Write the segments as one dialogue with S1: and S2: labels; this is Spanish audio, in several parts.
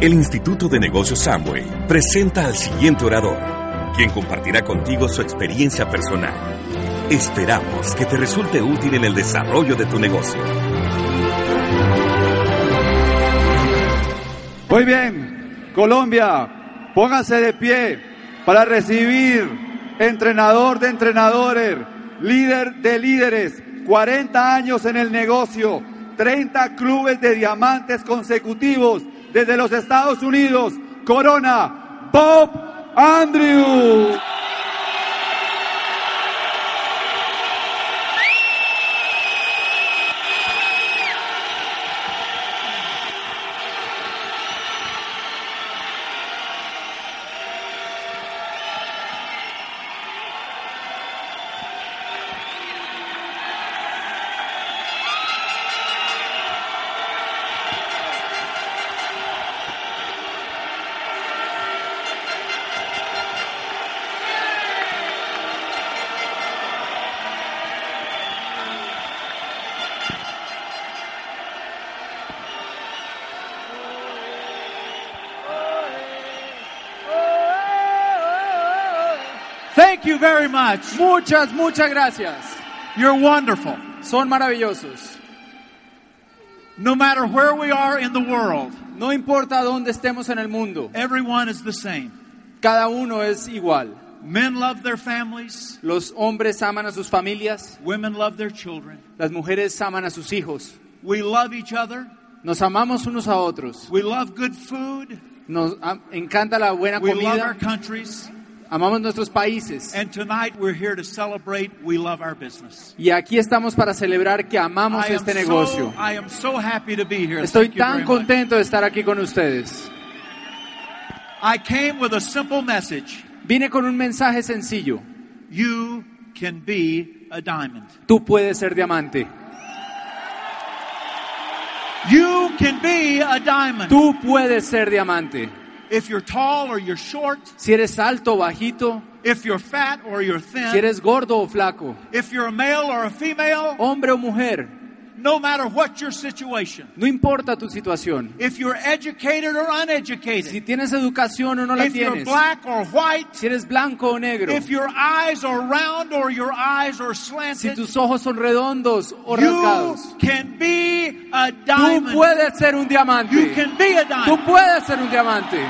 S1: El Instituto de Negocios Samway presenta al siguiente orador, quien compartirá contigo su experiencia personal. Esperamos que te resulte útil en el desarrollo de tu negocio.
S2: Muy bien, Colombia, pónganse de pie para recibir entrenador de entrenadores, líder de líderes, 40 años en el negocio, 30 clubes de diamantes consecutivos desde los Estados Unidos, Corona, Bob Andrews.
S3: Thank you very much.
S4: Muchas, muchas gracias.
S3: You're wonderful.
S4: Son maravillosos.
S3: No matter where we are in the world,
S4: No importa dónde estemos en el mundo,
S3: everyone is the same.
S4: cada uno es igual.
S3: Men love their families,
S4: Los hombres aman a sus familias,
S3: women love their children.
S4: las mujeres aman a sus hijos.
S3: We love each other.
S4: Nos amamos unos a otros.
S3: We love good food.
S4: Nos am- encanta la buena
S3: We love our
S4: comida.
S3: countries.
S4: Amamos nuestros países.
S3: And tonight we're here to celebrate we love our business.
S4: Y aquí estamos para celebrar que amamos
S3: I am,
S4: este
S3: so,
S4: negocio.
S3: I am so happy to be here.
S4: Estoy
S3: Thank you very
S4: tan
S3: much.
S4: contento de estar aquí con ustedes.
S3: I came with a simple message.
S4: Vine con un mensaje sencillo.
S3: You can be a diamond.
S4: Tú puedes ser diamante.
S3: You can be a diamond.
S4: Tú puedes ser diamante.
S3: If you're tall or you're short,
S4: Si eres alto o bajito,
S3: if you're fat or you're thin,
S4: si eres gordo o flaco,
S3: if you're a male or a female,
S4: hombre o mujer,
S3: no matter what your situation,
S4: no importa tu situación.
S3: if you're educated or uneducated,
S4: Si tienes educación o no la
S3: if you're
S4: tienes,
S3: black or white,
S4: si eres blanco o negro,
S3: if your eyes are round or your eyes are
S4: si
S3: slanted,
S4: tus ojos son redondos o
S3: you
S4: rasgados,
S3: can be a
S4: tú
S3: diamond.
S4: puedes ser un
S3: You
S4: diamante.
S3: can be a
S4: Tú
S3: diamond.
S4: puedes ser un diamante.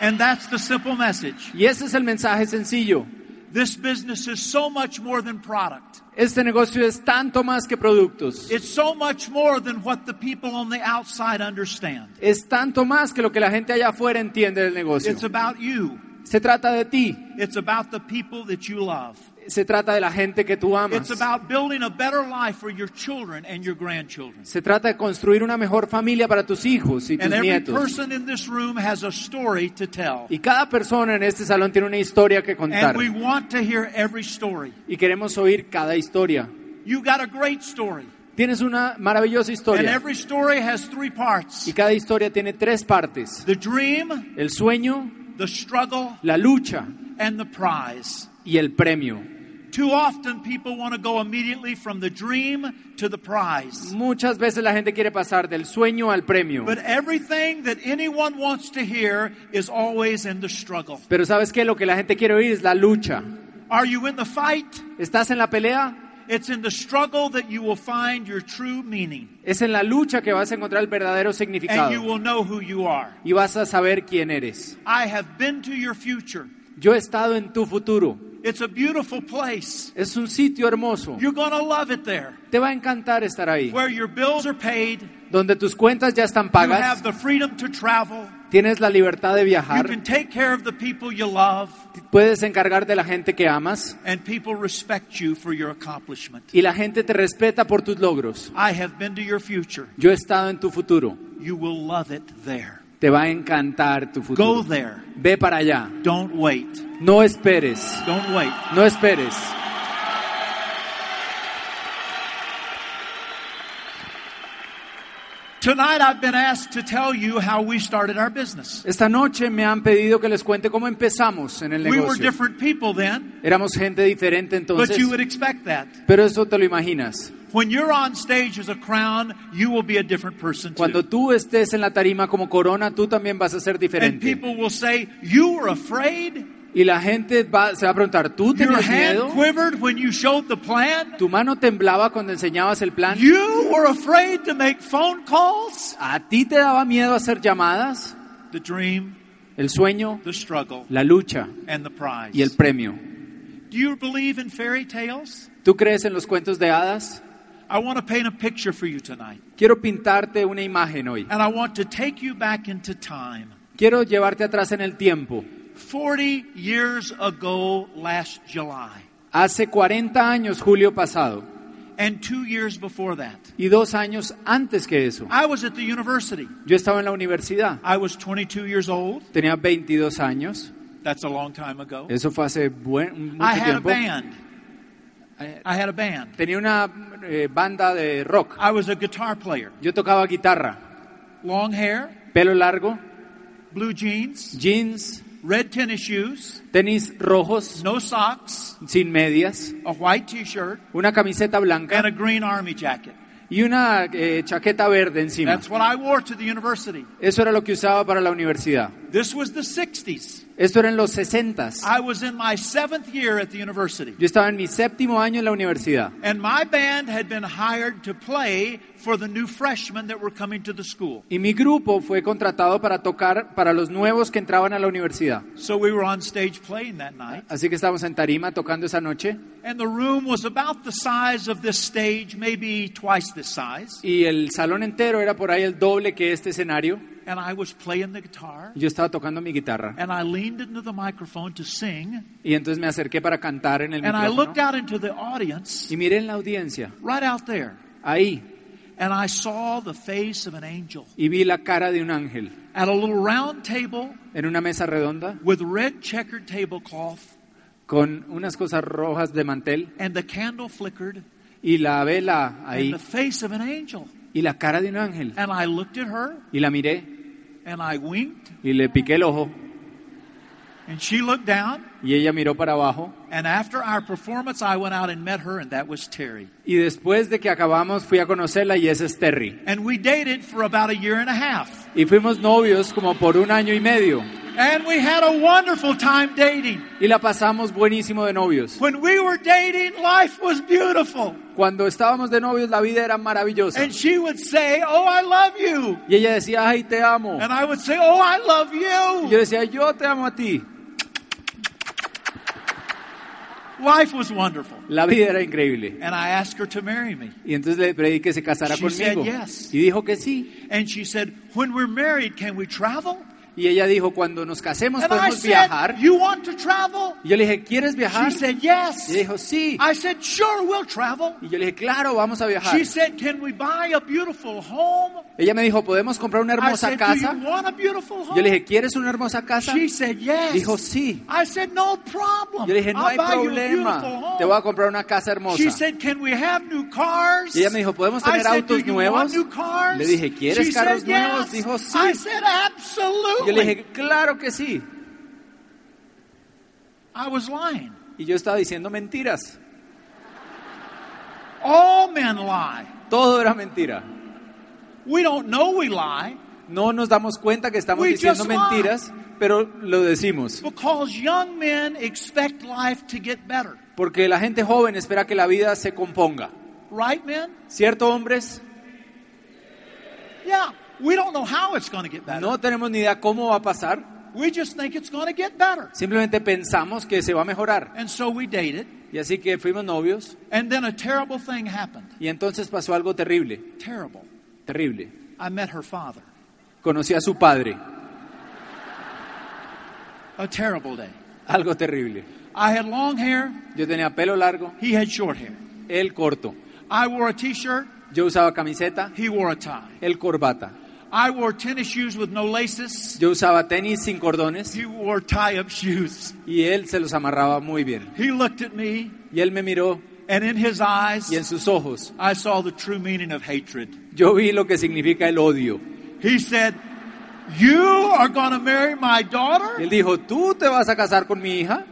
S3: And that's the simple message.
S4: Y ese es el mensaje sencillo.
S3: This business is so much more than product.
S4: Este negocio es tanto más que productos.
S3: It's so much more than what the people on the outside understand.
S4: Es tanto más que lo que la gente allá afuera entiende del negocio.
S3: It's about you.
S4: Se trata de ti.
S3: It's about the people that you love.
S4: Se trata de la gente que tú amas.
S3: It's about building a better life for your children and your grandchildren.
S4: Se trata de construir una mejor familia para tus hijos y tus
S3: And every
S4: nietos.
S3: person in this room has a story to tell.
S4: Y cada persona en este salón tiene una historia que contar.
S3: And we want to hear every story.
S4: Y queremos oír cada historia.
S3: You got a great story.
S4: Tienes una maravillosa
S3: And
S4: historia.
S3: every story has three parts
S4: Oh, Y cada historia tiene tres partes.
S3: the dream,
S4: El sueño,
S3: the struggle,
S4: la lucha
S3: and the prize.
S4: y el premio.
S3: Too often people want to go immediately from the dream to the prize.
S4: Muchas veces la gente quiere pasar del sueño al premio.
S3: But everything that anyone wants to hear is always in the struggle.
S4: Pero sabes qué? Lo que la gente quiere oír es la lucha.
S3: Are you in the fight?
S4: ¿Estás en la pelea?
S3: It's in the struggle that you will find your true meaning
S4: Es en la lucha que vas a encontrar el verdadero
S3: and you
S4: significado.
S3: will know who you are.
S4: Y vas a saber quién eres.
S3: I have been to your future.
S4: Yo he estado en tu futuro.
S3: It's a beautiful place.
S4: Es un sitio hermoso.
S3: You're going to love it there
S4: Te va a encantar estar ahí.
S3: where your bills are paid, you
S4: Donde tus cuentas ya están
S3: have
S4: pagas.
S3: the freedom to travel,
S4: Tienes la libertad de
S3: you
S4: viajar.
S3: can take care of the people you love,
S4: Puedes encargar de la gente que amas.
S3: and people respect you for your accomplishment.
S4: Y la gente te respeta por tus logros.
S3: I have been to your future.
S4: Yo he estado en tu futuro.
S3: You will love it there.
S4: Te va a encantar tu
S3: Go
S4: futuro.
S3: there.
S4: Ve para allá.
S3: Don't wait.
S4: No esperes.
S3: Don't wait.
S4: No esperes.
S3: Tonight I've been asked to tell you how we started our business.
S4: Esta noche me han pedido que les cuente cómo empezamos en el
S3: We were
S4: negocio.
S3: different people then,
S4: Éramos gente diferente entonces.
S3: but you would expect that.
S4: Pero eso te lo imaginas.
S3: When you're on stage as a crown, you will be a different person
S4: Cuando
S3: too.
S4: tú estés en la tarima como corona, tú también vas a ser
S3: And
S4: diferente.
S3: people will say, You were afraid?
S4: Y la gente va, se va a preguntar, ¿tú
S3: Your
S4: tenías
S3: hand
S4: miedo?
S3: quivered when you showed the plan?
S4: ¿Tu mano temblaba cuando enseñabas el plan?
S3: You were afraid to make phone calls?
S4: ¿A ti te daba miedo hacer llamadas?
S3: The dream,
S4: El sueño,
S3: the struggle,
S4: la lucha
S3: and the prize.
S4: y el premio.
S3: Do you believe in fairy tales?
S4: ¿Tú crees en los cuentos de hadas?
S3: I want to paint a picture for you tonight.
S4: Quiero pintarte una imagen hoy.
S3: And I want to take you back into time.
S4: Quiero llevarte atrás en el tiempo.
S3: 40 years ago last July,
S4: Hace 40 años, julio pasado,
S3: and two years before that,
S4: y dos años antes que eso,
S3: I was at the university.
S4: yo estaba en la universidad.
S3: I was 22 years old.
S4: Tenía 22 años.
S3: That's a long time ago.
S4: Eso fue hace buen,
S3: I
S4: mucho
S3: had a
S4: tiempo.
S3: band.
S4: I-
S3: I had a band.
S4: Tenía una eh, banda de rock.
S3: I was a guitar player.
S4: Yo tocaba guitarra,
S3: Long hair,
S4: pelo largo,
S3: blue jeans,
S4: jeans,
S3: red tennis shoes,
S4: tenis rojos,
S3: no socks,
S4: sin medias,
S3: a white t-shirt,
S4: una camiseta
S3: and
S4: blanca
S3: a green army jacket.
S4: y una eh, chaqueta verde encima.
S3: That's what I wore to the university.
S4: Eso era lo que usaba para la universidad.
S3: This was the 60s.
S4: Esto era en los 60s.
S3: I was in my seventh year at the university.
S4: Yo estaba en mi séptimo año en la universidad
S3: And my band had been hired to play for the new freshmen that were coming to the school.
S4: y mi grupo fue contratado para tocar para los nuevos que entraban a la universidad.
S3: So we were on stage playing that night.
S4: Así que estábamos en tarima tocando esa noche
S3: And the room was about the size of this stage, maybe twice this size.
S4: y el salón entero era por ahí el doble que este escenario.
S3: And I was playing the guitar.
S4: Yo estaba tocando mi guitarra
S3: And I leaned into the microphone to sing.
S4: y entonces me acerqué para cantar en el
S3: And I looked
S4: micrófono
S3: out into the audience,
S4: y miré en la audiencia,
S3: right out there.
S4: ahí,
S3: And I saw the face of an angel
S4: y vi la cara de un ángel
S3: at a little round table
S4: en una mesa redonda
S3: with red checkered tablecloth.
S4: con unas cosas rojas de mantel
S3: And the candle flickered.
S4: y la vela
S3: And
S4: ahí
S3: the face of an angel.
S4: y la cara de un ángel
S3: And I looked at her
S4: y la miré
S3: and I winked
S4: y le piqué el ojo
S3: and she looked down.
S4: y ella miró para abajo
S3: And after our performance, I went out and met her and that was Terry.
S4: y después de que acabamos fui a conocerla y ese es Terry
S3: And we dated for about a year and a half.
S4: y fuimos novios como por un año y medio
S3: And we had a wonderful time dating.
S4: y la pasamos buenísimo de novios.
S3: When we were dating, life was beautiful.
S4: Cuando estábamos de novios la vida era maravillosa
S3: And she would say, Oh, I love you.
S4: y ella decía, ay, te amo.
S3: And I would say, Oh, I love
S4: Y yo
S3: you.
S4: decía, yo te amo a ti.
S3: Life was wonderful.
S4: La vida era increíble.
S3: And I asked her to marry me.
S4: Y entonces le pedí que se casara
S3: She said
S4: conmigo.
S3: yes.
S4: Y dijo que sí.
S3: And she said, When we're married, can we travel?
S4: Y ella dijo, cuando nos casemos
S3: And I
S4: podemos viajar.
S3: said, You want to travel?
S4: Y yo le dije, ¿quieres
S3: She
S4: viajar?
S3: said,
S4: Y
S3: Yes.
S4: ella dijo, sí.
S3: I said, sure, we'll travel.
S4: Y yo le dije, claro, vamos a viajar.
S3: She said, can we buy a beautiful home?
S4: Ella me dijo, ¿podemos comprar una
S3: I
S4: hermosa
S3: said, do you
S4: casa?
S3: want a beautiful home?
S4: Yo le dije, ¿quieres una hermosa casa?
S3: she said, yes.
S4: Dijo, sí.
S3: I said, no problem.
S4: Yo le dije, no
S3: I'll
S4: hay
S3: buy you a beautiful
S4: problema.
S3: home.
S4: Te voy a comprar una casa hermosa.
S3: She said, can we have new cars?
S4: Y ella me dijo, ¿podemos
S3: I
S4: tener
S3: said, do
S4: autos
S3: you
S4: nuevos?
S3: want new cars?
S4: Le dije, ¿quieres
S3: she
S4: carros
S3: said,
S4: nuevos?
S3: Yes.
S4: Dijo, sí.
S3: I said, absolutely.
S4: Yo le dije, claro que sí.
S3: I was lying.
S4: Y yo estaba diciendo mentiras.
S3: All men lie.
S4: Todo era mentira.
S3: We don't know we lie
S4: No nos damos cuenta que estamos
S3: We
S4: diciendo
S3: just lie.
S4: mentiras, pero lo decimos.
S3: because young men expect life to get better.
S4: Porque la gente joven espera que la vida se componga.
S3: Right, men?
S4: ¿Cierto, hombres?
S3: Yeah, we don't know how it's going to get better.
S4: No tenemos ni idea cómo va a pasar.
S3: We just think it's going to get better.
S4: Simplemente pensamos que se va a mejorar.
S3: And so we dated,
S4: Y así que fuimos novios.
S3: and then a terrible thing happened.
S4: Y entonces pasó algo terrible.
S3: Terrible.
S4: Terrible.
S3: I met her father.
S4: Conocí a su padre.
S3: A terrible day.
S4: Algo terrible.
S3: I had long hair,
S4: Yo tenía pelo largo,
S3: he had short hair.
S4: él corto.
S3: I wore a t shirt,
S4: Yo usaba camiseta,
S3: he wore a tie.
S4: él corbata.
S3: I wore tennis shoes with no laces,
S4: Yo usaba tenis sin cordones
S3: he wore tie up shoes.
S4: y él se los amarraba muy bien.
S3: He looked at me,
S4: Y él me miró
S3: and in his eyes,
S4: y en sus ojos
S3: I saw the true meaning of hatred.
S4: yo vi lo que significa el odio.
S3: He said, You are going to marry my
S4: Y
S3: daughter?
S4: él dijo, ¿tú te vas a casar con mi hija?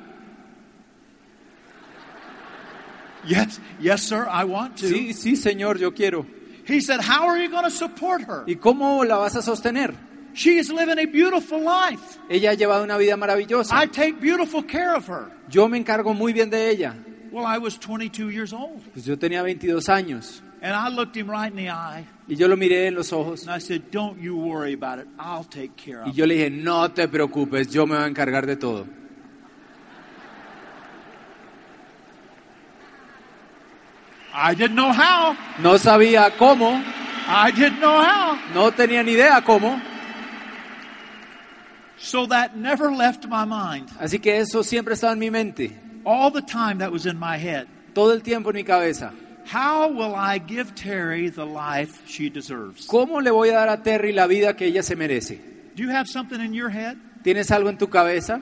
S3: Yes, yes, sir, I want to.
S4: Sí, sí, señor, yo quiero.
S3: He said, How are you going to support her?
S4: ¿Y cómo la vas a sostener?
S3: She is living a beautiful life.
S4: Ella ha llevado una vida maravillosa.
S3: I take beautiful care of her.
S4: Yo me encargo muy bien de ella.
S3: Well, I was 22 years old.
S4: Pues yo tenía 22 años
S3: And I looked him right in the eye
S4: y yo lo miré en los ojos
S3: and I said, Don't you worry about it. I'll take care
S4: y
S3: of it.
S4: yo le dije, no te preocupes, yo me voy a encargar de todo.
S3: I didn't know how.
S4: No sabía cómo,
S3: I didn't know how.
S4: no tenía ni idea cómo,
S3: So that never left my mind.
S4: así que eso siempre estaba en mi mente,
S3: All the time that was in my head.
S4: todo el tiempo en mi cabeza.
S3: How will I give Terry the life she deserves?
S4: ¿Cómo le voy a dar a Terry la vida que ella se merece?
S3: Do you have something in your head?
S4: ¿Tienes algo en tu cabeza?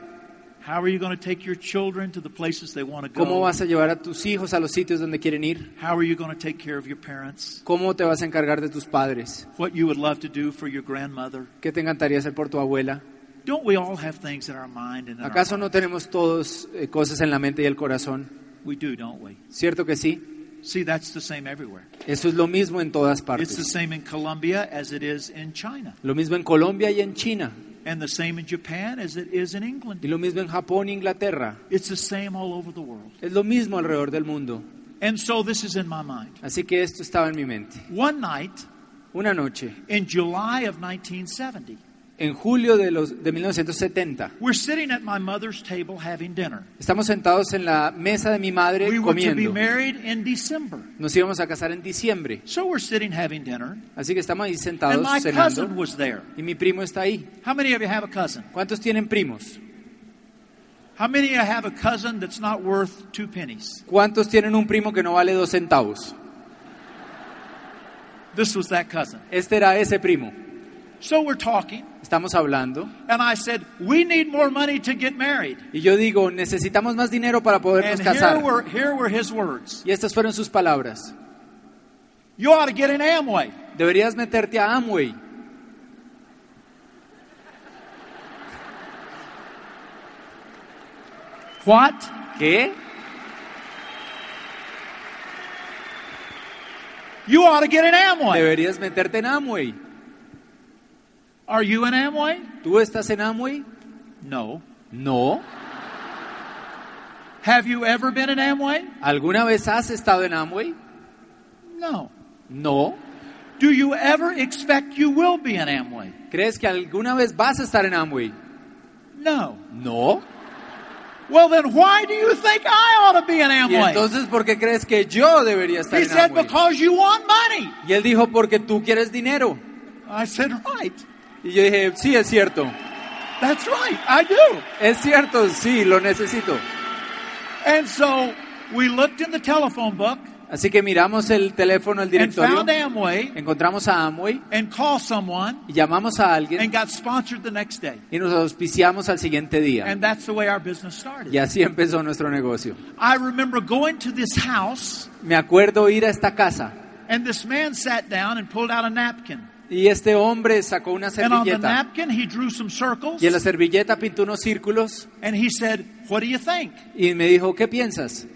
S3: How are you going to take your children to the places they want to go?
S4: ¿Cómo vas a llevar a tus hijos a los sitios donde quieren ir?
S3: How are you going to take care of your parents?
S4: ¿Cómo te vas a encargar de tus padres?
S3: What you would love to do for your grandmother?
S4: ¿Qué te encantaría hacer por tu abuela?
S3: Don't we all have things in our mind and in our
S4: ¿Acaso no tenemos todos eh, cosas en la mente y el corazón?
S3: We do, don't we?
S4: ¿Cierto que sí?
S3: See, that's the same everywhere.
S4: Eso es lo mismo en todas
S3: It's the
S4: partes.
S3: same in Colombia as it is in China,
S4: Lo mismo en Colombia y en China.
S3: and the same in Japan as it is in England.
S4: Y lo mismo en Japón e Inglaterra.
S3: It's the same all over the world.
S4: Es lo mismo alrededor del mundo.
S3: And so this is in my mind.
S4: Así que esto estaba en mi mente.
S3: One night
S4: Una noche,
S3: in July of 1970,
S4: en julio de, los, de 1970,
S3: we're sitting at my mother's table having dinner.
S4: estamos sentados en la mesa de mi madre
S3: We were to be
S4: comiendo.
S3: married in December.
S4: Nos íbamos a casar en diciembre.
S3: So we're sitting having dinner,
S4: Así que estamos ahí
S3: and
S4: sentados
S3: my cousin
S4: cenando.
S3: was there.
S4: Y mi primo está ahí.
S3: How many of you have a cousin?
S4: ¿Cuántos tienen primos?
S3: How many of you have a cousin that's not worth two pennies?
S4: ¿Cuántos tienen un primo que no vale dos centavos?
S3: This was that cousin.
S4: Este era ese primo.
S3: So we're talking,
S4: Estamos hablando.
S3: and I said, We need more money to get married.
S4: Y yo digo, necesitamos más dinero para podernos
S3: And here
S4: casar.
S3: were, here were his words
S4: Y estas fueron sus palabras.
S3: You ought to get an Amway.
S4: Deberías meterte a Amway.
S3: What?
S4: ¿Qué?
S3: You ought to get an Amway.
S4: Deberías meterte en Amway.
S3: Are you an Amway?
S4: ¿Tú estás en Amway?
S3: No.
S4: No.
S3: Have you ever been an Amway?
S4: ¿Alguna vez has estado en Amway?
S3: No.
S4: No.
S3: Do you ever expect you will be an Amway?
S4: ¿Crees que alguna vez vas a estar en Amway?
S3: No.
S4: No.
S3: Well, then why do you think I ought to be an
S4: ¿Y
S3: Amway?
S4: entonces por qué crees que yo debería estar
S3: He
S4: en
S3: said,
S4: Amway?
S3: Because you want money.
S4: Y él dijo, porque tú quieres dinero.
S3: I said, Right.
S4: Y yo dije, sí, es cierto.
S3: That's right. I do.
S4: Es cierto, sí, lo necesito.
S3: And so we looked in the telephone book
S4: Así que miramos el teléfono del
S3: and
S4: directorio,
S3: found Amway
S4: encontramos a Amway,
S3: and called someone
S4: y llamamos a
S3: and
S4: alguien
S3: got sponsored the next day.
S4: y nos auspiciamos al siguiente día.
S3: And that's the way our business
S4: Y
S3: started.
S4: así empezó nuestro negocio.
S3: I remember going to this house
S4: Me acuerdo ir a esta casa
S3: and this man sat down and pulled out a napkin.
S4: y este hombre sacó una
S3: And on the
S4: servilleta
S3: napkin he drew some circles
S4: y en la servilleta pintó unos círculos
S3: and he said, "What do you think?"
S4: y me dijo, ¿qué piensas?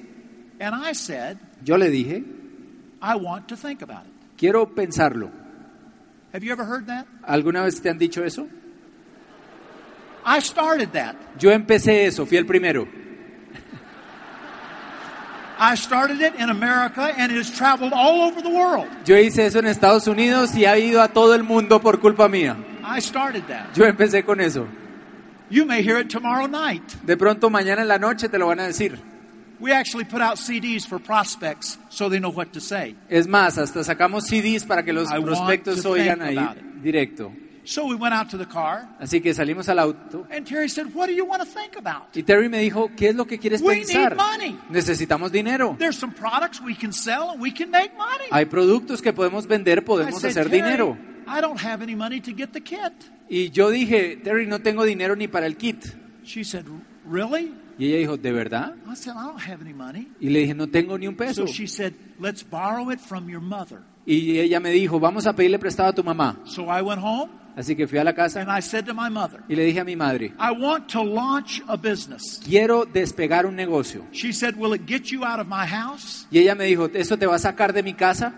S3: And I said,
S4: Yo le dije,
S3: "I want to think about it."
S4: quiero pensarlo.
S3: Have you ever heard that?
S4: ¿Alguna vez te han dicho eso?
S3: I started that.
S4: Yo empecé eso, fui el primero.
S3: I started it in America and it has traveled all over the world.
S4: Yo hice eso en Estados Unidos y ha ido a todo el mundo por culpa mía.
S3: I started that.
S4: Yo empecé con eso.
S3: You may hear it tomorrow night.
S4: De pronto mañana en la noche te lo van a decir.
S3: We actually put out CDs for prospects so they know what to say.
S4: Es más, hasta sacamos CDs para que los
S3: I want
S4: prospectos
S3: to
S4: oigan
S3: think
S4: ahí
S3: about it.
S4: directo.
S3: So we went out to the car,
S4: Así que salimos al auto
S3: and Terry said, What do you want to think about?
S4: y Terry me dijo, ¿qué es lo que quieres
S3: We need
S4: pensar?
S3: money.
S4: Necesitamos dinero.
S3: There's some products we can sell and we can make money.
S4: Hay productos que podemos vender,
S3: I
S4: podemos
S3: said,
S4: hacer
S3: "Terry,
S4: dinero.
S3: I don't have any money to get the kit.
S4: Y yo dije, Terry, no tengo dinero ni para el kit.
S3: She said, Really?
S4: Y ella dijo, ¿de verdad?
S3: I said, I don't have any money.
S4: Y le dije, no tengo ni un
S3: So
S4: peso.
S3: she said, Let's borrow it from your mother.
S4: Y ella me dijo, vamos a pedirle prestado a tu mamá.
S3: So I went home
S4: Así que fui a la
S3: and
S4: casa
S3: I said to my mother,
S4: y le dije a mi madre,
S3: I want to launch a business.
S4: quiero despegar un negocio.
S3: She said, Will it get you out of my house?
S4: Y ella me dijo, ¿eso te va a sacar de mi casa?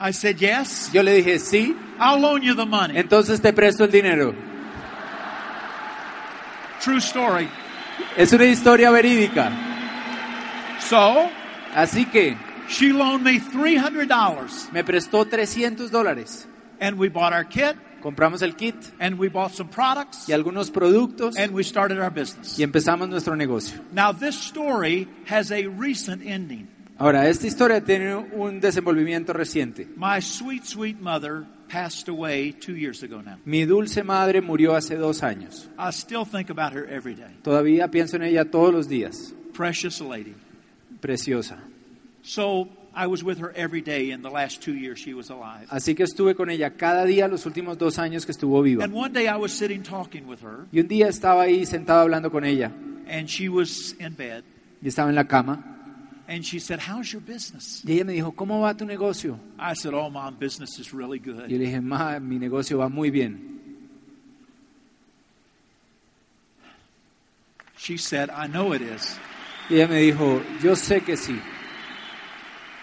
S3: I said, Yes.
S4: Yo le dije, sí,
S3: I'll loan you the money.
S4: entonces te presto el dinero.
S3: True story.
S4: Es una historia verídica.
S3: So
S4: Así que
S3: she loaned me $300
S4: me prestó 300 dólares.
S3: and we bought our kit
S4: Compramos el kit
S3: and we bought some products
S4: y algunos productos
S3: and we started our business.
S4: y empezamos nuestro negocio.
S3: Now this story has a recent ending.
S4: Ahora, esta historia tiene un desenvolvimiento reciente.
S3: My sweet, sweet mother passed away two years ago now.
S4: Mi dulce madre murió hace dos años.
S3: I still think about her every day.
S4: Todavía pienso en ella todos los días.
S3: Precious lady.
S4: Preciosa.
S3: So I was with her every day in the last two years she was alive.
S4: Así que estuve con ella cada día los últimos dos años que estuvo viva.
S3: And one day I was sitting talking with her,
S4: Y un día estaba ahí sentado hablando con ella
S3: and she was in bed,
S4: y estaba en la cama.
S3: and she said, How's your business?
S4: Y ella me dijo, ¿cómo va tu negocio?
S3: I said, Oh, mom, business is really
S4: Y yo
S3: good.
S4: le dije, ma, mi negocio va muy bien.
S3: She said, I know it is.
S4: Y ella me dijo, yo sé que sí.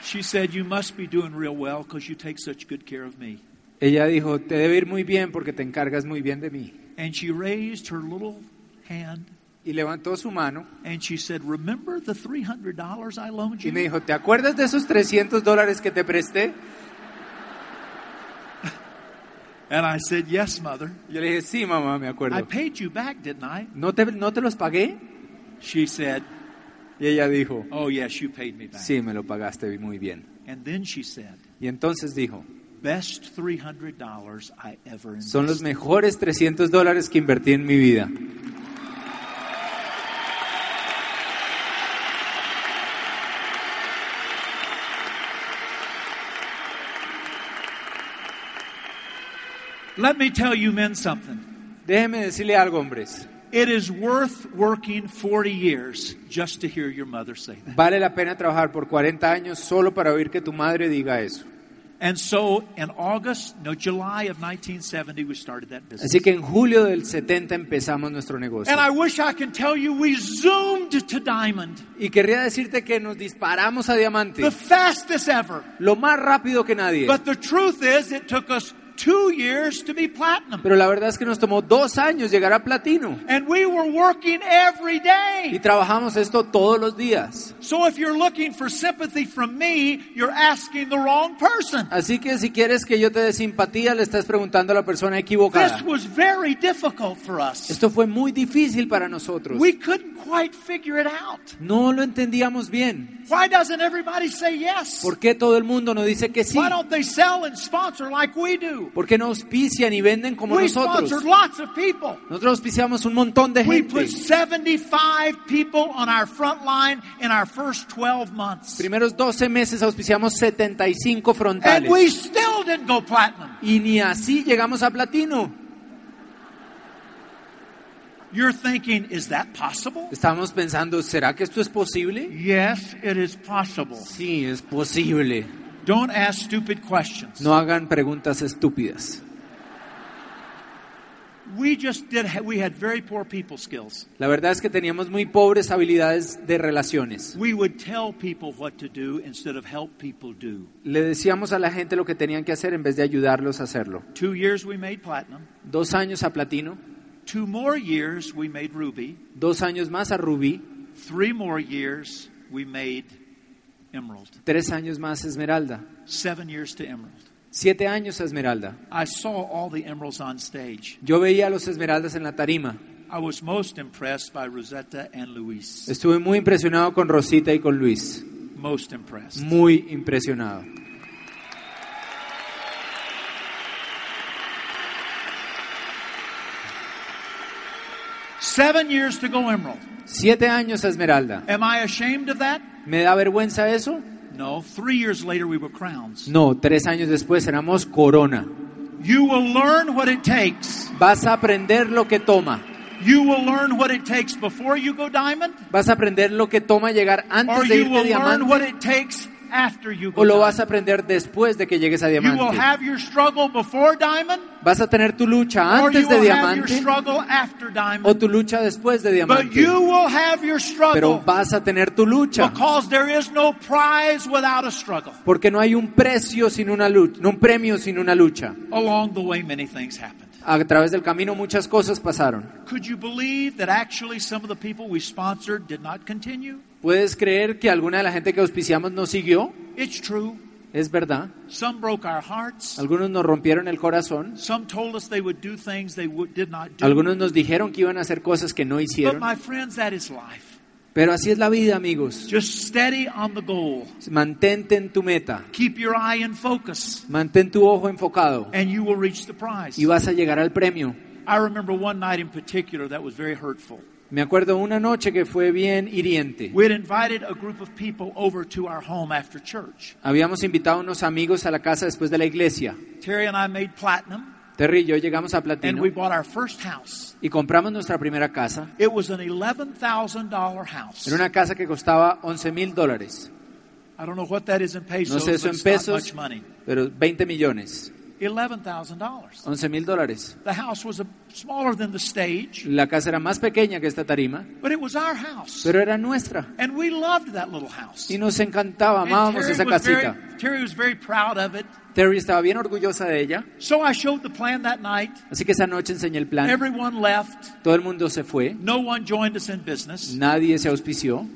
S3: She said, You must be doing real well because you take such good care of me.
S4: Ella dijo, te debe ir muy bien porque te encargas muy bien de mí.
S3: And she raised her little hand
S4: Y levantó su mano
S3: and she said, Remember the $300 I loaned
S4: y me
S3: you?
S4: dijo, ¿te acuerdas de esos 300 dólares que te presté?
S3: And I said, Yes, mother.
S4: Yo le dije, sí, mamá, me
S3: I
S4: acuerdo.
S3: paid you back, didn't I?
S4: ¿No te, ¿No te los pagué?
S3: She said,
S4: Y ella dijo,
S3: Oh, yes, you paid me back.
S4: sí, me lo pagaste muy bien.
S3: And then she said,
S4: Y entonces dijo,
S3: Best $300 I ever
S4: son los
S3: invested.
S4: mejores 300 dólares que invertí en mi vida.
S3: Let me tell you men something.
S4: Déjeme decirle algo, hombres.
S3: It is worth working 40 years just to hear your mother say that.
S4: Vale la pena trabajar por 40 años solo para oír que tu madre diga eso.
S3: And so in August, no, July of 1970, we started that business.
S4: Así que en julio del 70 empezamos nuestro negocio.
S3: And I wish I could tell you we zoomed to diamond
S4: Y querría decirte que nos disparamos a diamante.
S3: the fastest ever.
S4: Lo más rápido que nadie.
S3: But the truth is, it took us two years to be platinum.
S4: Pero la verdad es que nos tomó dos años llegar a platino.
S3: And we were working every
S4: Y
S3: day.
S4: trabajamos esto todos los días.
S3: So if you're looking for sympathy from me, you're asking the wrong person.
S4: Así que si quieres que yo te dé simpatía, le estás preguntando a la persona
S3: This
S4: equivocada.
S3: was very difficult for us.
S4: Esto fue muy difícil para nosotros.
S3: We couldn't quite figure it out.
S4: No lo entendíamos bien.
S3: Why doesn't everybody say yes?
S4: ¿Por qué todo el mundo no dice que sí?
S3: Why don't they sell and sponsor like we do?
S4: ¿Por qué no auspician y venden como
S3: We
S4: nosotros?
S3: sponsored lots of people.
S4: Nosotros auspiciamos un montón de
S3: We
S4: gente.
S3: put 75 people on our front line in our first 12 months.
S4: Primeros 12 meses auspiciamos 75
S3: And we
S4: frontales.
S3: still didn't go platinum.
S4: Y ni así llegamos a platino.
S3: You're thinking, is that possible?
S4: Estábamos pensando, ¿será que esto es posible?
S3: Yes, it is possible.
S4: Sí, es posible.
S3: Don't ask stupid questions.
S4: No hagan preguntas estúpidas.
S3: We just did, we had very poor people skills.
S4: La verdad es que teníamos muy pobres habilidades de relaciones.
S3: We would tell people what to do instead of help people do.
S4: Le decíamos a la gente lo que tenían que hacer en vez de ayudarlos a hacerlo.
S3: Two years we made platinum.
S4: Dos años a platino,
S3: Two more years we made ruby.
S4: dos años más a rubí,
S3: Three more years we made emerald.
S4: tres años más a esmeralda,
S3: Seven years to emerald.
S4: siete años a esmeralda.
S3: I saw all the emeralds on stage.
S4: Yo veía a los esmeraldas en la tarima.
S3: I was most impressed by Rosetta and Luis.
S4: Estuve muy impresionado con Rosita y con Luis.
S3: Most impressed.
S4: Muy impresionado.
S3: Seven years to go emerald.
S4: Siete años a esmeralda.
S3: Am I ashamed of that?
S4: ¿Me da vergüenza eso?
S3: No. Three years later we were crowns.
S4: No, tres años después éramos corona.
S3: You will learn what it takes.
S4: Vas a aprender lo que toma.
S3: You will learn what it takes before you go diamond.
S4: Vas a aprender lo que toma llegar
S3: Or
S4: antes de
S3: you
S4: irte
S3: will learn what
S4: diamante.
S3: it takes after you
S4: o
S3: go
S4: lo
S3: diamond.
S4: vas a aprender después de que llegues a
S3: You will
S4: diamante.
S3: have your struggle before diamond,
S4: Vas a tener tu lucha
S3: or you
S4: antes de
S3: will have your
S4: diamante
S3: struggle after
S4: o
S3: diamond.
S4: tu lucha después de
S3: But
S4: diamante.
S3: you will have your
S4: Pero
S3: struggle
S4: vas a tener tu lucha.
S3: because there is no prize without a struggle.
S4: Porque no hay un precio sin una lucha, no un premio sin una lucha.
S3: Along the way, many things happened.
S4: A través del camino muchas cosas pasaron.
S3: Could you believe that actually some of the people we sponsored did not continue?
S4: ¿Puedes creer que alguna de la gente que auspiciamos no siguió?
S3: It's true.
S4: Es verdad.
S3: Some broke our hearts.
S4: Algunos nos rompieron el corazón.
S3: Some told us they would do things they would, did not do.
S4: Algunos nos dijeron que iban a hacer cosas que no
S3: But
S4: hicieron.
S3: my friends, that is life.
S4: Pero así es la vida, amigos.
S3: Just steady on the goal.
S4: Mantente en tu meta.
S3: Keep your eye in focus,
S4: Mantén tu ojo enfocado
S3: and you will reach the prize.
S4: y vas a llegar al premio.
S3: I remember one night in particular that was very hurtful.
S4: Me acuerdo una noche que fue bien hiriente.
S3: We had invited a group of people over to our home after church.
S4: Habíamos invitado a unos amigos a la casa después de la iglesia.
S3: Terry and I made platinum,
S4: Terry y yo llegamos a
S3: and
S4: Platino
S3: we bought our first house.
S4: y compramos nuestra primera casa.
S3: It was an $11,000 house.
S4: Era una casa que costaba 11 mil dólares.
S3: I don't know what that is in pesos,
S4: No sé eso
S3: but
S4: en
S3: it's not much
S4: pesos,
S3: money.
S4: pero 20 millones.
S3: $11,000.
S4: 11 mil dólares.
S3: The house was a, smaller than the stage,
S4: La casa era más pequeña que esta tarima,
S3: but it was our house.
S4: pero era nuestra.
S3: And we loved that little house.
S4: Y nos encantaba, amábamos
S3: Terry
S4: esa
S3: was very-
S4: casita.
S3: Terry was very proud of it.
S4: Terry estaba bien orgullosa de ella,
S3: So I showed the plan that night.
S4: así que esa noche enseñé el plan.
S3: Everyone left.
S4: Todo el mundo se fue,
S3: No one joined us in business.
S4: nadie se auspició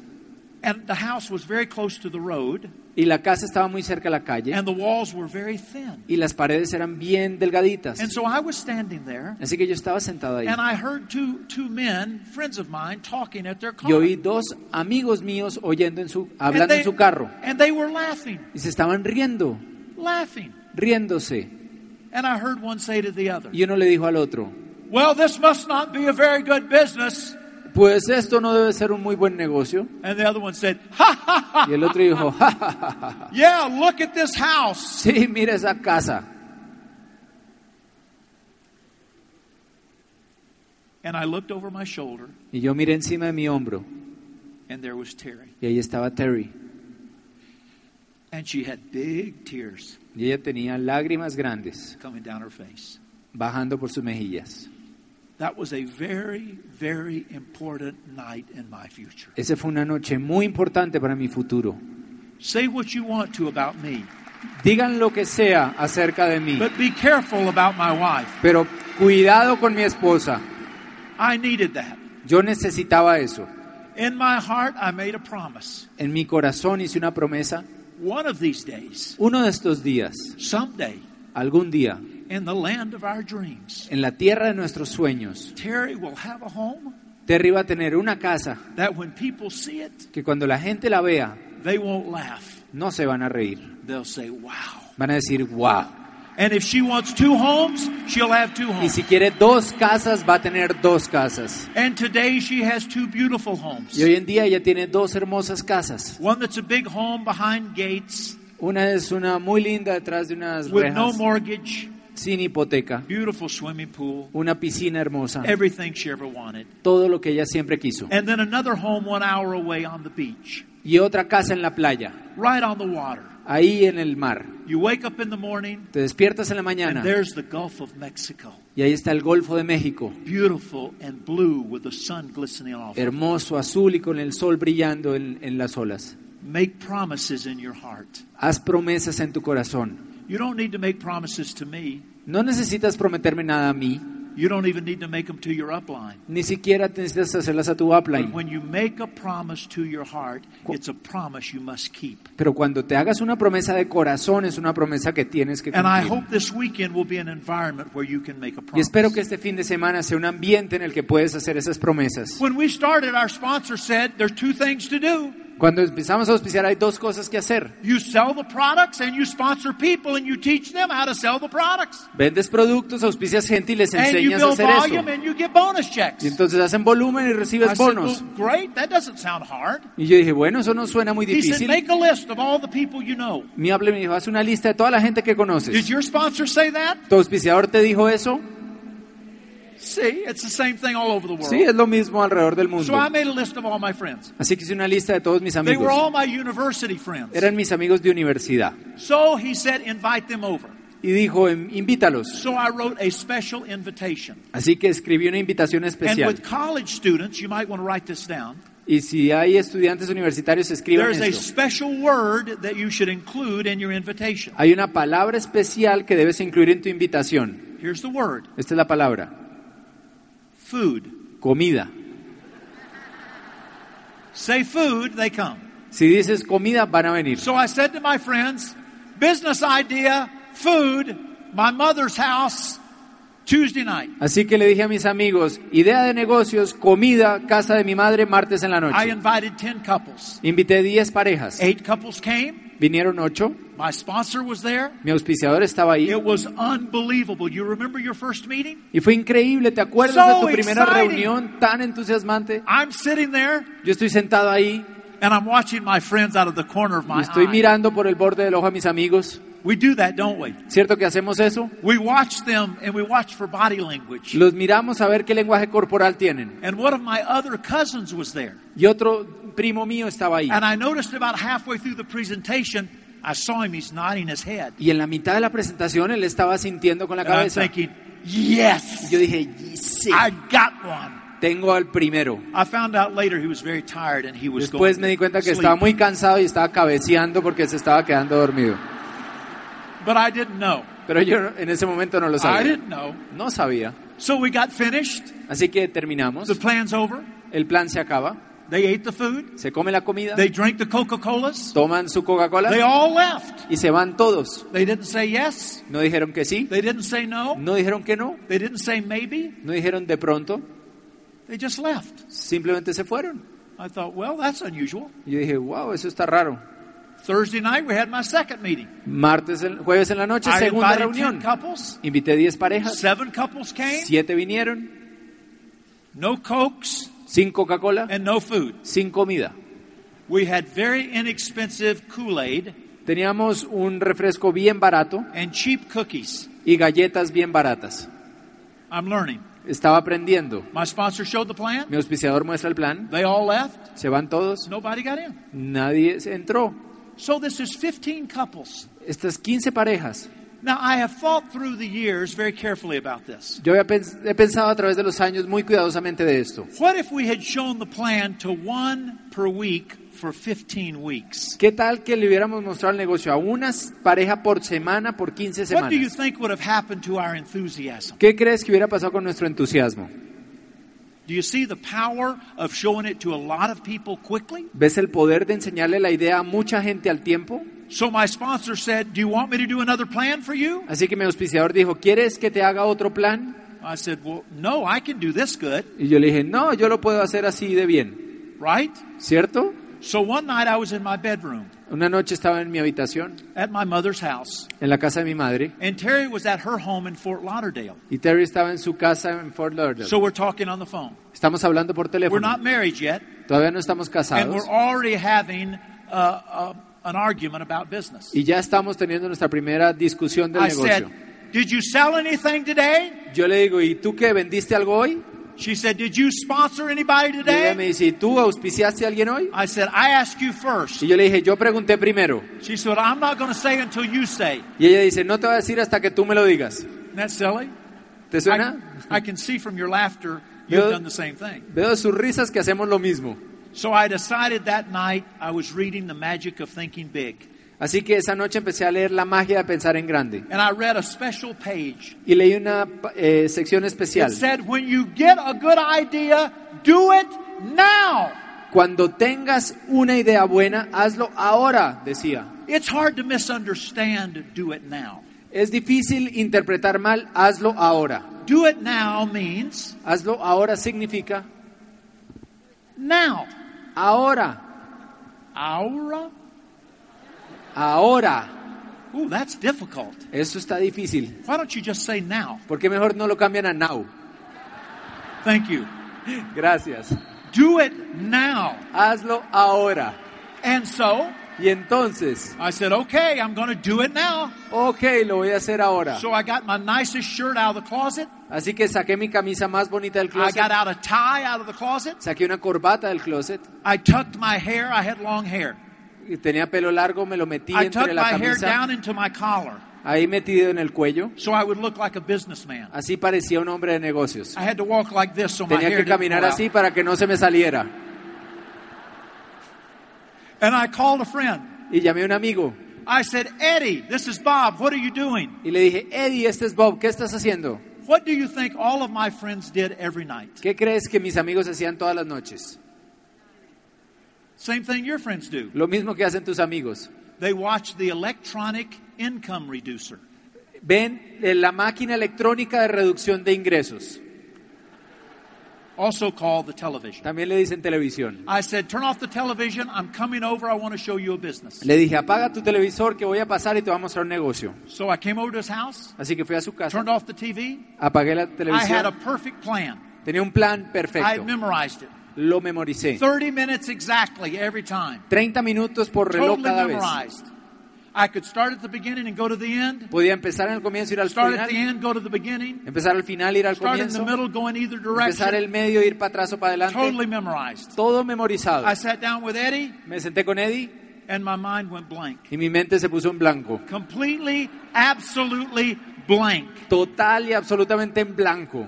S3: And the house was very close to the road.
S4: y la casa estaba muy cerca a la calle
S3: And the walls were very thin.
S4: y las paredes eran bien delgaditas.
S3: And so I was standing there.
S4: Así que yo estaba sentado ahí
S3: And I heard two, two men, friends of mine, talking at their car.
S4: y oí dos amigos míos oyendo en su, hablando en
S3: and,
S4: su carro
S3: and they were laughing,
S4: y se estaban riendo,
S3: laughing.
S4: riéndose.
S3: And I heard one say to the other,
S4: Y uno le dijo al otro,
S3: Well, this must not be a very good business.
S4: pues esto no debe ser un muy buen negocio.
S3: And the other one said, Ha ha ha.
S4: Y el otro dijo, "Ja, ja, ja, ja, ja.
S3: Yeah, look at this house.
S4: sí, mira esa casa.
S3: And I looked over my shoulder,
S4: Y yo miré encima de mi hombro
S3: and there was Terry.
S4: y ahí estaba Terry.
S3: And she had big tears
S4: Y ella tenía lágrimas grandes
S3: coming down her face.
S4: bajando por sus mejillas.
S3: That was a very, very important night in my future.
S4: Esa fue una noche muy importante para mi futuro.
S3: Say what you want to about me,
S4: Digan lo que sea acerca de mí,
S3: but be careful about my wife.
S4: pero cuidado con mi esposa.
S3: I needed that.
S4: Yo necesitaba eso.
S3: In my heart, I made a promise.
S4: En mi corazón hice una promesa.
S3: One of these days,
S4: Uno de estos días,
S3: someday,
S4: algún día,
S3: in the land of our dreams,
S4: en la tierra de nuestros sueños,
S3: Terry will have a home
S4: Terry va a tener una casa
S3: that when people see it,
S4: que cuando la gente la vea,
S3: they won't laugh.
S4: no se van a reír.
S3: They'll say, wow.
S4: Van a decir, wow.
S3: And if she wants two homes, she'll have two
S4: Y
S3: homes.
S4: si quiere dos casas, va a tener dos casas.
S3: And today she has two beautiful homes.
S4: Y hoy en día ella tiene dos hermosas casas.
S3: One that's a big home behind gates
S4: Una es una muy linda detrás de unas
S3: with no
S4: rejas,
S3: mortgage,
S4: sin hipoteca,
S3: beautiful swimming pool,
S4: una piscina hermosa,
S3: everything she ever wanted.
S4: todo lo que ella siempre quiso.
S3: And then another home one hour away on the beach,
S4: Y otra casa en la playa,
S3: right on the water.
S4: ahí en el mar.
S3: You wake up in the morning,
S4: Te despiertas en la mañana
S3: and there's the Gulf of Mexico.
S4: y ahí está el Golfo de México,
S3: Beautiful and blue with the sun glistening off. it.
S4: hermoso, azul y con el sol brillando en, en las olas.
S3: Make promises in your heart.
S4: Haz promesas en tu corazón.
S3: You don't need to make promises to me.
S4: No necesitas prometerme nada a mí,
S3: You don't even need to make them to your upline.
S4: ni siquiera necesitas hacerlas a tu
S3: But
S4: upline.
S3: when you make a promise to your heart, it's a promise you must keep.
S4: Pero cuando te hagas una promesa de corazón, es una promesa que tienes que
S3: And I
S4: cumplir.
S3: hope this weekend will be an environment where you can make a
S4: Y
S3: promise.
S4: espero que este fin de semana sea un ambiente en el que puedes hacer esas promesas.
S3: When we started, our sponsor said there's two things to do.
S4: Cuando empezamos a auspiciar hay dos cosas que hacer.
S3: You sell the products and you sponsor people and you teach them how to sell the products.
S4: Vendes productos, auspicias gente y les
S3: And you
S4: enseñas a
S3: build
S4: hacer eso.
S3: volume and you get bonus checks.
S4: Y entonces hacen volumen y
S3: I
S4: recibes
S3: said, well,
S4: bonos.
S3: great, that doesn't sound hard.
S4: Y yo dije, bueno, eso no suena muy
S3: He said,
S4: difícil.
S3: make a list of all the people you know.
S4: Mi hable me dijo, haz una lista de toda la gente que
S3: Did
S4: conoces.
S3: your sponsor say that?
S4: ¿Tu auspiciador te dijo eso?
S3: See, it's the same thing all over the world.
S4: Sí, es lo mismo alrededor del
S3: So
S4: mundo.
S3: I made a list of all my friends.
S4: Así que hice una lista de todos mis
S3: They were
S4: amigos.
S3: all my university friends.
S4: Eran mis amigos de universidad.
S3: So he said, invite them over.
S4: Y dijo, "Em, invítalos.
S3: So I wrote a special invitation.
S4: Así que escribí una invitación
S3: And
S4: especial.
S3: with college students, you might want to write this down.
S4: Y si hay estudiantes universitarios, escriban
S3: There's a
S4: esto.
S3: special word that you should include in your invitation.
S4: Hay una palabra especial que debes incluir en tu invitación.
S3: Here's the word
S4: Esta es la palabra.
S3: food.
S4: Comida.
S3: Say food, they come.
S4: Si dices comida, van a venir.
S3: So I said to my friends, business idea, food, my mother's house, Tuesday night.
S4: Así que le dije a mis amigos, idea de negocios, comida, casa de mi madre, martes en la
S3: I Eh.
S4: noche.
S3: invited 10 couples.
S4: Invité 10 parejas.
S3: Eight couples came.
S4: Vinieron 8.
S3: My sponsor was there.
S4: Mi auspiciador estaba ahí.
S3: It was unbelievable. You remember your first meeting?
S4: Y fue increíble, ¿te acuerdas
S3: So
S4: de tu primera
S3: exciting.
S4: reunión tan entusiasmante?
S3: I'm sitting there
S4: Yo estoy sentado ahí
S3: and I'm watching my friends out of the corner of
S4: y
S3: my
S4: estoy
S3: eye.
S4: mirando por el borde del ojo a mis amigos.
S3: We do that, don't we?
S4: ¿Cierto que hacemos eso?
S3: We watch them and we watch for body language.
S4: Los miramos a ver qué lenguaje corporal tienen.
S3: And one of my other cousins was there.
S4: Y otro primo mío estaba ahí.
S3: And I noticed about halfway through the presentation, I saw him, he's nodding his head.
S4: Y en la mitad de la presentación él estaba sintiendo con la
S3: And I'm
S4: cabeza.
S3: thinking,
S4: Y
S3: yes,
S4: yo dije, sí,
S3: I got one.
S4: tengo al primero.
S3: I found out later he was very tired and he was
S4: Después
S3: going
S4: me di
S3: to
S4: cuenta que
S3: sleep.
S4: estaba muy cansado y estaba cabeceando porque se estaba quedando dormido.
S3: But I didn't know.
S4: Pero yo no- en ese momento no lo
S3: I
S4: sabía.
S3: didn't know.
S4: No sabía.
S3: So we got finished.
S4: Así que
S3: The
S4: terminamos.
S3: plan's over.
S4: El plan se acaba.
S3: They ate the food.
S4: Se come la comida.
S3: They drank the Coca-Colas.
S4: Toman su
S3: They
S4: Coca-Cola
S3: all left.
S4: y se van todos.
S3: They didn't say yes.
S4: No dijeron que sí.
S3: They didn't say no.
S4: No dijeron que no.
S3: They didn't say maybe.
S4: No dijeron de pronto.
S3: They just left.
S4: Simplemente se fueron.
S3: I thought, well, that's unusual.
S4: Y Yo dije, wow, eso está raro.
S3: Thursday night, we had my second meeting.
S4: Martes, en- jueves en la noche,
S3: I
S4: segunda
S3: invited 10
S4: reunión.
S3: couples.
S4: Invité 10 parejas.
S3: Seven couples came.
S4: 7 vinieron.
S3: No Cokes
S4: 5 Coca-Cola.
S3: and no food.
S4: Sin comida.
S3: We had very inexpensive Kool-Aid
S4: Teníamos un refresco bien barato.
S3: and cheap cookies.
S4: y galletas bien baratas.
S3: I'm learning.
S4: Estaba aprendiendo.
S3: My sponsor showed the plan.
S4: Mi auspiciador muestra el plan.
S3: They all left.
S4: Se van todos.
S3: Nobody got in.
S4: Nadie se entró.
S3: So this is 15 couples.
S4: Estas 15 parejas.
S3: Now I have thought through the years very carefully about this.
S4: Yo había pens- he pensado a través de los años muy cuidadosamente de esto.
S3: What if we had shown the plan to one per week for 15 weeks?
S4: ¿Qué tal que le hubiéramos mostrado el negocio a una s- pareja por semana, por 15
S3: What do you
S4: semanas?
S3: think would have happened to our enthusiasm?
S4: ¿Qué crees que hubiera pasado con nuestro entusiasmo?
S3: Do you see the power of showing it to a lot of people quickly?
S4: ¿Ves el poder de enseñarle la idea a mucha gente al tiempo?
S3: So my sponsor said, Do you want me to do another plan for you?
S4: Así que mi auspiciador dijo, ¿quieres que te haga otro plan?
S3: I said, Well, no, I can do this good,
S4: Y yo le dije, no, yo lo puedo hacer así de bien,
S3: right?
S4: ¿cierto?
S3: So one night I was in my bedroom
S4: Una noche estaba en mi habitación,
S3: at my mother's house,
S4: en la casa de mi madre,
S3: and Terry was at her home in Fort Lauderdale.
S4: y Terry estaba en su casa en Fort Lauderdale.
S3: So we're talking on the phone.
S4: estamos hablando por
S3: We're
S4: teléfono.
S3: not married yet,
S4: Todavía no estamos
S3: and
S4: casados
S3: we're already having uh, uh, an argument about business.
S4: y ya estamos teniendo nuestra primera discusión del
S3: I
S4: negocio.
S3: said, Did you sell anything today?
S4: Yo le digo, ¿y tú qué? ¿Vendiste algo hoy?
S3: She said, Did you sponsor anybody
S4: Y ella me
S3: today?
S4: dice, ¿y tú auspiciaste a alguien hoy?
S3: I said, I asked you first.
S4: Y yo le dije, yo pregunté primero.
S3: She said, I'm not going to say until you say.
S4: Y ella dice, no te voy a decir hasta que tú me lo digas.
S3: Isn't that silly?
S4: ¿Te
S3: I,
S4: suena?
S3: I can see from your laughter you've
S4: Yo-
S3: done the same thing.
S4: Veo de sus risas que hacemos lo mismo.
S3: So I decided that night I was reading The Magic of Thinking Big.
S4: Así que esa noche empecé a leer La magia de pensar en grande.
S3: And I read a special page.
S4: Y leí una eh, sección
S3: It
S4: especial.
S3: said, When you get a good idea, do it now.
S4: Cuando tengas una idea buena, hazlo ahora, decía.
S3: It's hard to misunderstand do it now.
S4: Es difícil interpretar mal, hazlo ahora.
S3: Do it now means
S4: Hazlo ahora significa
S3: now.
S4: ahora,
S3: Aura?
S4: ahora.
S3: Ooh, that's difficult.
S4: Eso está difícil.
S3: Why don't you just say now?
S4: ¿Por qué mejor no lo cambian a now?
S3: Thank you.
S4: Gracias.
S3: Do it now.
S4: Hazlo ahora.
S3: And so
S4: Y entonces,
S3: I said, okay, I'm going to do it now.
S4: ok, lo voy a hacer ahora.
S3: So I got my nicest shirt out of the closet.
S4: Así que saqué mi camisa más bonita del
S3: I
S4: closet.
S3: got out a tie out of the closet.
S4: Saqué una corbata del closet.
S3: I tucked my hair. I had long hair.
S4: y Tenía pelo largo, me lo metí
S3: I
S4: entre
S3: tucked
S4: la
S3: my hair
S4: camisa,
S3: down into my collar
S4: ahí metido en el cuello.
S3: so I would look like a businessman.
S4: Así parecía un hombre de negocios.
S3: I had to walk like this so my
S4: Tenía
S3: hair
S4: que
S3: didn't
S4: caminar
S3: fall
S4: así
S3: out.
S4: para que no se me saliera.
S3: And I called a friend.
S4: Y llamé a un amigo
S3: I said, Eddie, this is Bob. What are you doing?
S4: y le dije, Eddie, este es Bob, ¿qué estás haciendo?
S3: What do you think all of my friends did every night?
S4: ¿Qué crees que mis amigos hacían todas las noches?
S3: Same thing your friends do.
S4: Lo mismo que hacen tus amigos.
S3: They watch the electronic income reducer.
S4: Ven eh, la máquina electrónica de reducción de ingresos.
S3: also called the television.
S4: También le dicen televisión.
S3: I said, turn off the television. I'm coming over. I want to show you a business.
S4: Le dije, apaga tu televisor que voy a pasar y te voy a mostrar un negocio.
S3: So I came over to his house,
S4: Así que fui a su casa,
S3: turned off the TV.
S4: apagué la
S3: I had a
S4: televisión.
S3: perfect plan.
S4: Tenía un plan
S3: I
S4: perfecto.
S3: memorized it.
S4: Lo memoricé.
S3: 30 minutes exactly every time.
S4: 30 minutos por reloj
S3: Totally
S4: cada vez.
S3: memorized. I could start at the beginning and go to the end.
S4: Podía empezar en el comienzo, ir al
S3: Start at the
S4: final.
S3: end, go to the beginning.
S4: Empezar al final, ir al
S3: Start in the
S4: comienzo.
S3: middle, go in either
S4: Empezar
S3: direction.
S4: el medio, ir para atrás o para
S3: Totally
S4: adelante.
S3: memorized.
S4: Todo memorizado.
S3: I sat down with Eddie
S4: Me senté con Eddie
S3: and my mind went blank.
S4: y mi mente se puso en blanco.
S3: Completely, absolutely blank.
S4: Total y absolutamente en blanco.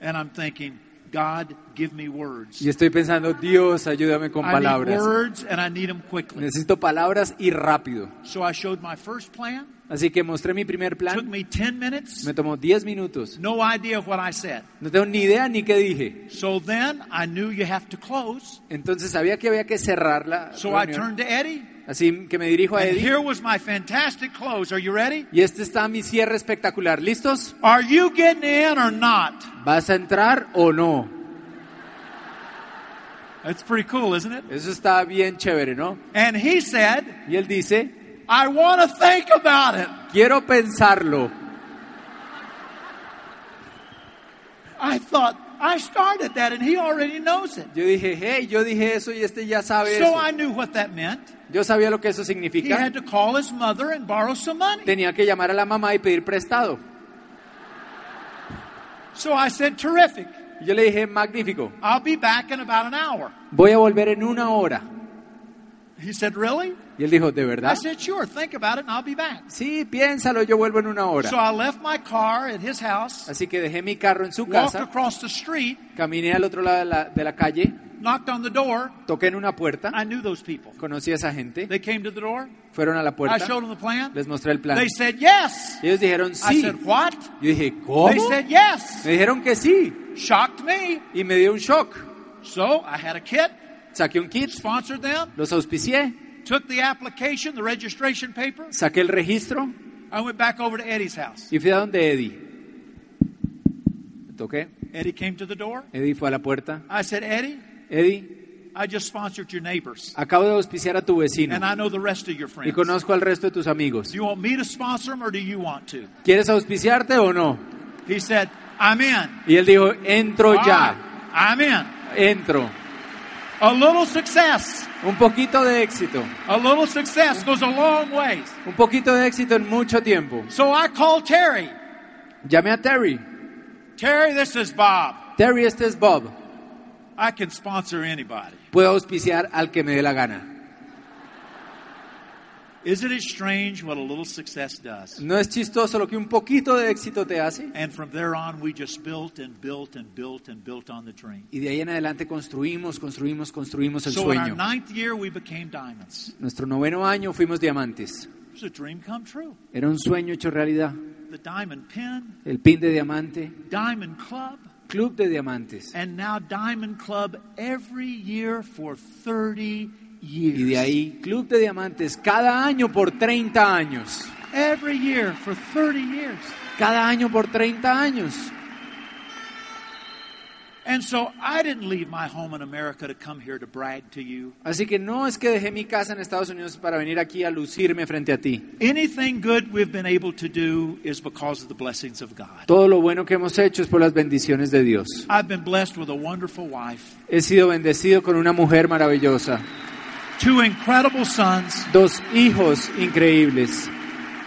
S3: And I'm thinking, God, give me words.
S4: Y estoy pensando, Dios, ayúdame con
S3: I need
S4: palabras.
S3: words and I need them quickly.
S4: Necesito palabras y rápido.
S3: So I showed my first plan.
S4: Así que mostré mi primer
S3: Took
S4: plan.
S3: me 10 minutes.
S4: Me tomó 10 minutos.
S3: No idea what I said.
S4: No tengo ni idea ni qué dije.
S3: So then I knew you have to close.
S4: Entonces sabía que había que cerrar la
S3: So I
S4: reunión.
S3: turned to Eddie.
S4: Así que me dirijo a
S3: And
S4: Eddie.
S3: here was my fantastic close. Are you ready?
S4: Y este está mi cierre espectacular. ¿Listos?
S3: Are you getting in or not?
S4: ¿Vas a entrar o no?
S3: That's pretty cool, isn't it?
S4: Eso está bien chévere, ¿no?
S3: And he said,
S4: Y él dice,
S3: I want to think about it.
S4: quiero pensarlo.
S3: I thought, I started that and he already knows it.
S4: Yo dije, hey, yo dije eso y este ya sabe
S3: So
S4: eso.
S3: I knew what that meant.
S4: Yo sabía lo que eso
S3: He
S4: significa.
S3: had to call his mother and borrow some money.
S4: Tenía que llamar a la mamá y pedir prestado.
S3: So I said, terrific.
S4: Y Yo le dije, magnífico,
S3: I'll be back in about an hour.
S4: voy a volver en una hora.
S3: He said, Really?
S4: Y él dijo, ¿de
S3: I
S4: verdad?
S3: said, Sure, think about it and I'll be back.
S4: Sí, piénsalo, yo vuelvo en una
S3: So
S4: hora.
S3: I left my car at his house,
S4: Así que dejé mi carro en su
S3: walked
S4: casa,
S3: across the street,
S4: caminé al otro lado de la, de la calle,
S3: knocked on the door.
S4: toqué en una puerta,
S3: I knew those people.
S4: conocí a esa gente,
S3: They came to the door.
S4: fueron a la
S3: I
S4: puerta,
S3: showed them the plan.
S4: les mostré el plan.
S3: They said, Yes.
S4: Ellos dijeron
S3: I
S4: sí.
S3: said, What?
S4: Yo dije,
S3: They
S4: ¿cómo?
S3: said, Yes.
S4: Me dijeron que sí.
S3: Shocked me.
S4: Y me dio un shock.
S3: So I had a kit,
S4: Saqué un kit,
S3: sponsored them,
S4: los auspicié,
S3: took the application, the registration paper.
S4: saqué el registro
S3: I went back over to Eddie's house.
S4: y fui a donde Eddie. Toqué,
S3: Eddie came to the door.
S4: Eddie fue a la puerta.
S3: I said, Eddie,
S4: Eddie,
S3: I just sponsored your neighbors.
S4: acabo de auspiciar a tu vecino
S3: And I know the rest of your
S4: y
S3: friends.
S4: conozco al resto de tus amigos.
S3: Do you want me to sponsor him or do you want to?
S4: ¿Quieres auspiciarte o no?
S3: He said, I'm in.
S4: Y él dijo, entro
S3: All
S4: ya,
S3: right, I'm in.
S4: entro.
S3: A little success,
S4: Un poquito de éxito,
S3: a little success goes a long ways.
S4: un poquito de éxito en mucho tiempo.
S3: So I called Terry.
S4: Llamé a Terry.
S3: Terry, this is Bob.
S4: Terry, este es Bob.
S3: I can sponsor anybody.
S4: Puedo auspiciar al que me dé la gana.
S3: Isn't it strange what a little success does?
S4: ¿No es chistoso lo que un poquito de éxito te hace?
S3: And from there on, we just built and built and built and built on the dream.
S4: Y de ahí en adelante construimos, construimos, construimos el
S3: So in our
S4: sueño.
S3: ninth year, we became diamonds.
S4: Nuestro noveno año fuimos diamantes.
S3: It was a dream come true.
S4: Era un sueño hecho realidad.
S3: The diamond pin,
S4: El pin de diamante,
S3: diamond club,
S4: club de diamantes.
S3: and now Diamond Club every year for 30
S4: Y de
S3: years.
S4: ahí, club de diamantes cada año por 30 años.
S3: Every year for 30 years.
S4: Cada año por 30 años.
S3: And so I didn't leave my home in America to come here to brag to you.
S4: Así que no es que dejé mi casa en Estados Unidos para venir aquí a lucirme frente a ti.
S3: Anything good we've been able to do is because of the blessings of God.
S4: Todo lo bueno que hemos hecho es por las bendiciones de Dios.
S3: I've been blessed with a wonderful wife,
S4: He sido bendecido con una mujer maravillosa,
S3: two incredible sons,
S4: dos hijos increíbles,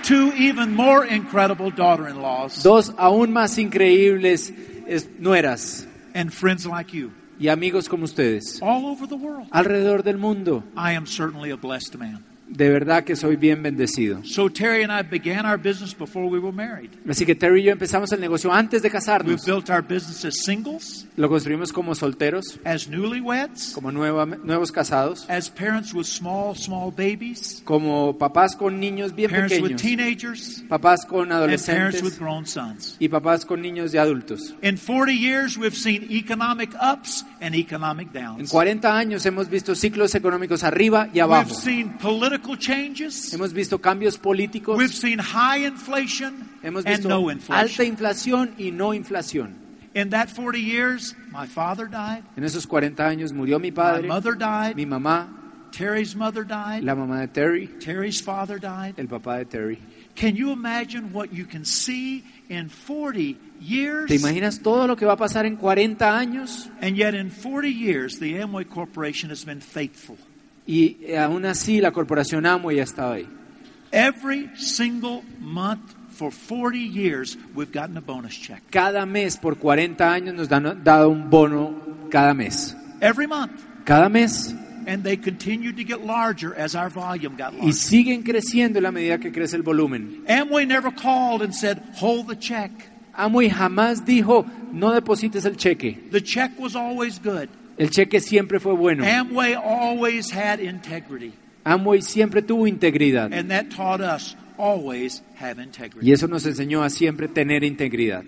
S3: two even more incredible daughter in laws,
S4: dos aún más increíbles es- nueras
S3: and friends like you
S4: y amigos como ustedes.
S3: all over the world.
S4: Alrededor del mundo,
S3: I am certainly a blessed man.
S4: de verdad que soy bien bendecido.
S3: So Terry and I began our business before we were married.
S4: Así que Terry y yo empezamos el negocio antes de
S3: We
S4: casarnos.
S3: built our business as singles,
S4: Lo construimos como solteros,
S3: as newlyweds,
S4: como nueva- nuevos casados,
S3: as parents with small, small babies,
S4: como papás con niños bien
S3: parents with
S4: pequeños,
S3: teenagers,
S4: papás con
S3: and parents with
S4: adolescentes
S3: grown sons.
S4: y papás con niños y adultos.
S3: In 40 years, we've seen economic ups and economic
S4: En
S3: downs.
S4: 40 años hemos visto ciclos económicos arriba y abajo.
S3: We've seen political changes.
S4: Hemos visto cambios políticos,
S3: We've seen high inflation
S4: hemos
S3: and no
S4: visto alta
S3: inflation.
S4: inflación y no inflación.
S3: In that 40 years, my father died,
S4: En esos 40 años murió mi
S3: my
S4: padre,
S3: mother died,
S4: mi mamá,
S3: Terry's mother died,
S4: la mamá de Terry,
S3: Terry's father died.
S4: el papá de Terry.
S3: Can you imagine what you can see in 40 years?
S4: ¿Te imaginas todo lo que va a pasar en 40 años?
S3: And yet, in 40 years, the Amway Corporation has been faithful.
S4: Y eh, aún así la corporación Amway ha estado ahí.
S3: Every single month for 40 years, we've gotten a bonus check.
S4: Cada mes por 40 años nos han dado un bono cada mes.
S3: Every month.
S4: Cada mes.
S3: And they continued to get larger as our volume got
S4: Y
S3: larger.
S4: siguen creciendo en la medida que crece el volumen.
S3: Amway never called and said, hold the check.
S4: Amway jamás dijo, no deposites el cheque.
S3: The check was always good.
S4: El cheque siempre fue bueno.
S3: Amway always had integrity.
S4: Amway siempre tuvo integridad.
S3: And that taught us always have
S4: Y
S3: integrity.
S4: eso nos enseñó a siempre tener integridad.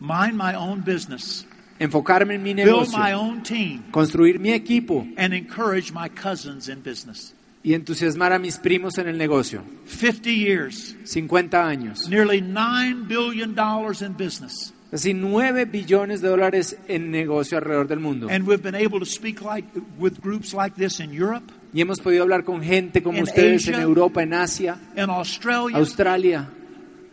S3: Mind my own business,
S4: Enfocarme en mi
S3: build my
S4: negocio,
S3: own team,
S4: construir mi equipo
S3: and encourage my cousins in business.
S4: y entusiasmar a mis primos en el negocio.
S3: 50 years,
S4: 50 años.
S3: nearly $9 billion in business.
S4: Casi 9 billones de dólares en negocio alrededor del mundo.
S3: And we've been able to speak like, with groups like this in Europe,
S4: Y hemos podido hablar con gente como
S3: En
S4: ustedes en
S3: Asia.
S4: Europa, en Asia,
S3: in Australia,
S4: Australia,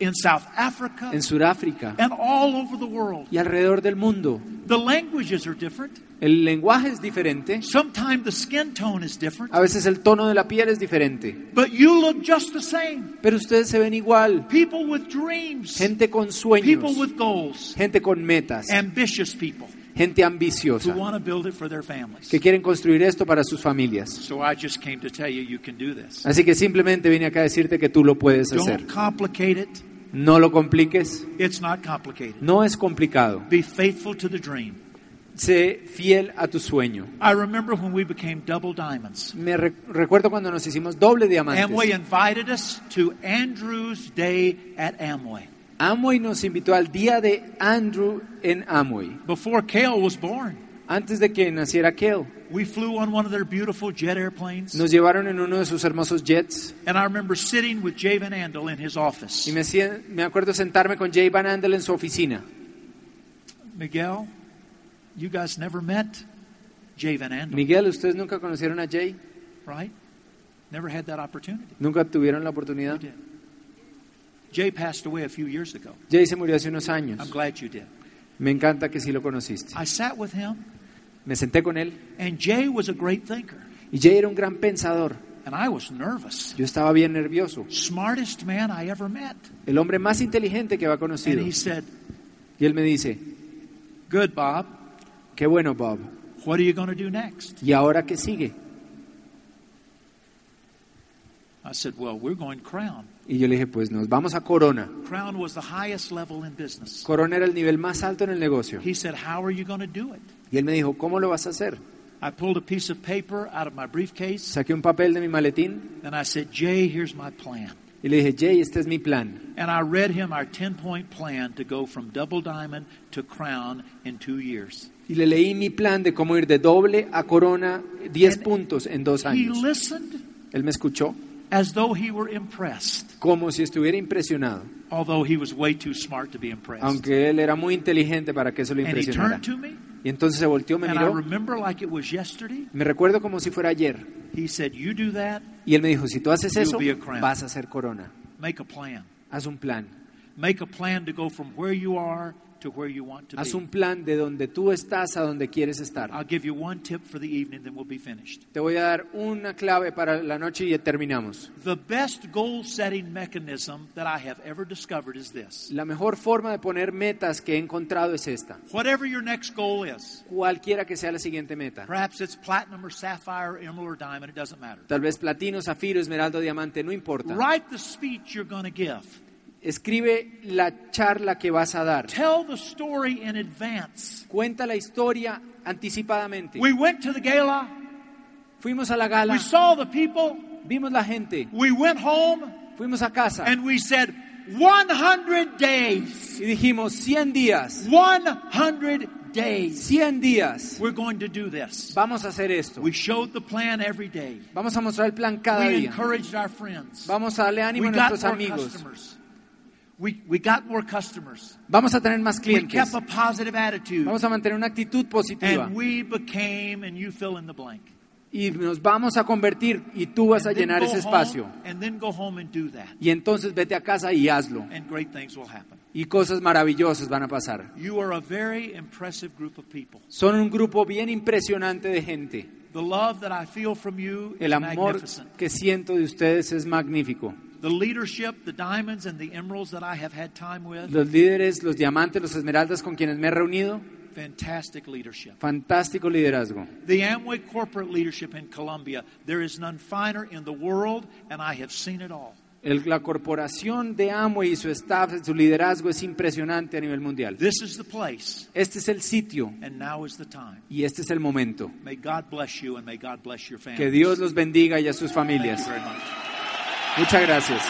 S3: in South Africa,
S4: en Sudáfrica
S3: and all over the world.
S4: y alrededor del mundo.
S3: The languages are different.
S4: El lenguaje es diferente.
S3: Sometimes the skin tone is different,
S4: A veces el tono de la piel es diferente.
S3: but you look just the same.
S4: Pero ustedes se ven igual.
S3: People with dreams,
S4: Gente con
S3: people
S4: sueños,
S3: with goals,
S4: gente con metas,
S3: ambitious people
S4: gente
S3: who
S4: ambiciosa,
S3: want to build it for their families.
S4: que quieren construir esto para sus familias.
S3: So I just came to tell you you can do this.
S4: Así que simplemente vine acá a decirte que tú lo puedes hacer.
S3: Don't complicate it.
S4: No lo compliques,
S3: It's not complicated.
S4: no es complicado.
S3: Be faithful to the dream.
S4: Sé fiel a tu sueño.
S3: I remember when we became Double Diamonds.
S4: Me re- recuerdo cuando nos hicimos doble
S3: Amway
S4: diamantes.
S3: invited us to Andrew's Day at Amway.
S4: Amway nos invitó al día de Andrew en Amway,
S3: Before Kale was born,
S4: antes de que naciera Kale.
S3: We flew on one of their beautiful jet airplanes,
S4: Nos llevaron en uno de sus hermosos jets
S3: and I remember sitting with Jay Van Andel in his office.
S4: y me, sie- me acuerdo sentarme con Jay Van Andel en su oficina.
S3: Miguel, you guys never met Jay Van Andel,
S4: Miguel, ¿ustedes nunca conocieron a Jay?
S3: right? Never had that opportunity.
S4: Nunca tuvieron la
S3: You
S4: oportunidad.
S3: did. Jay passed away a few years ago.
S4: Jay se murió hace unos
S3: I'm
S4: años.
S3: glad you did.
S4: Me encanta que sí lo conociste.
S3: I sat with him,
S4: Me senté con él
S3: and Jay was a great thinker,
S4: y Jay era un gran pensador.
S3: and I was nervous.
S4: Yo estaba bien nervioso.
S3: Smartest man I ever met.
S4: El hombre más inteligente que había
S3: And
S4: conocido.
S3: he said,
S4: Y él me dice,
S3: Good, Bob.
S4: qué bueno Bob.
S3: What are you going to do next?
S4: ¿Y ahora qué sigue?
S3: I said, Well, we're going Crown.
S4: Y yo le dije, pues nos vamos a Corona.
S3: Crown was the highest level in business.
S4: Corona era el nivel más alto en el negocio.
S3: He said, How are you going to do it?
S4: Y él me dijo, ¿cómo lo vas a hacer?
S3: I pulled a piece of paper out of my briefcase
S4: Saqué un papel de mi maletín
S3: and I said, Jay, here's my plan.
S4: y le dije, Jay, este es mi plan.
S3: And I read him our 10 point plan to go from double diamond to crown in two years.
S4: Y le leí mi plan de cómo ir de doble a Corona 10
S3: And
S4: puntos en dos
S3: He
S4: años.
S3: listened
S4: Él me escuchó
S3: as though he were impressed,
S4: como si estuviera impresionado.
S3: although he was way too smart to be impressed.
S4: Aunque él era muy inteligente para que eso lo
S3: And he
S4: impresionara.
S3: turned to me
S4: Y entonces se volteó, me
S3: And I
S4: miró.
S3: remember like it was yesterday.
S4: Me recuerdo como si fuera ayer.
S3: He said, You do that,
S4: Y él me dijo, si tú haces
S3: You'll
S4: eso,
S3: be a crown.
S4: vas a ser corona.
S3: make a plan.
S4: Haz un plan.
S3: Make a plan to go from where you are to where you want to
S4: Haz
S3: be.
S4: un plan de donde tú estás a donde quieres estar.
S3: I'll give you one tip for the evening, then we'll be finished.
S4: Te voy a dar una clave para la noche y terminamos.
S3: The best goal setting mechanism that I have ever discovered is this
S4: La mejor forma de poner metas que he encontrado es esta.
S3: whatever your next goal is,
S4: Cualquiera que sea la siguiente meta.
S3: perhaps it's platinum or sapphire, emerald or diamond, it doesn't matter.
S4: Tal vez platino, zafiro, esmeralda, diamante, no importa.
S3: Write the speech you're going to give,
S4: Escribe la charla que vas a dar.
S3: tell the story in advance.
S4: Cuenta la historia anticipadamente.
S3: We went to the gala,
S4: Fuimos a la gala,
S3: we saw the people,
S4: vimos la gente,
S3: we went home,
S4: fuimos a casa
S3: and we said, 100 days,
S4: y dijimos 100 días,
S3: 100 days,
S4: 100 días,
S3: we're going to do this.
S4: vamos a hacer esto.
S3: We showed the plan every day.
S4: Vamos a mostrar el plan cada
S3: We
S4: día.
S3: encouraged our friends.
S4: Vamos a darle ánimo
S3: We
S4: a
S3: got
S4: nuestros
S3: more
S4: amigos.
S3: customers. We, we got more customers.
S4: Vamos a tener más
S3: We
S4: clientes.
S3: kept a positive attitude.
S4: Vamos a mantener una actitud positiva
S3: And we became, and you fill in the blank.
S4: y nos vamos a convertir y tú vas a
S3: And then
S4: llenar
S3: go
S4: ese
S3: home,
S4: espacio.
S3: and then go home and do that.
S4: Y entonces vete a casa y hazlo.
S3: And great things will happen.
S4: Y cosas maravillosas van a pasar.
S3: You are a very impressive group of people.
S4: Son un grupo bien impresionante de gente.
S3: The love that I feel from you is
S4: El amor
S3: magnificent.
S4: que siento de ustedes es magnífico.
S3: The leadership, the diamonds, and the emeralds that I have had time with,
S4: Los líderes, los diamantes, los esmeraldas con quienes me he reunido,
S3: fantastic leadership.
S4: fantástico liderazgo.
S3: The Amway corporate leadership in Colombia, there is none finer in the world, and I have seen it all.
S4: El- la corporación de Amway y su staff, su liderazgo es impresionante a nivel mundial.
S3: This is the place,
S4: Este es el sitio
S3: and now is the time.
S4: y este es el momento.
S3: May God bless you, and may God bless your family.
S4: Que Dios los bendiga y a sus
S3: Thank you
S4: familias.
S3: very much.
S4: Muchas gracias.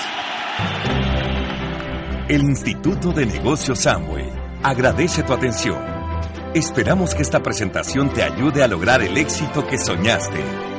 S1: El Instituto de Negocios Samway agradece tu atención. Esperamos que esta presentación te ayude a lograr el éxito que soñaste.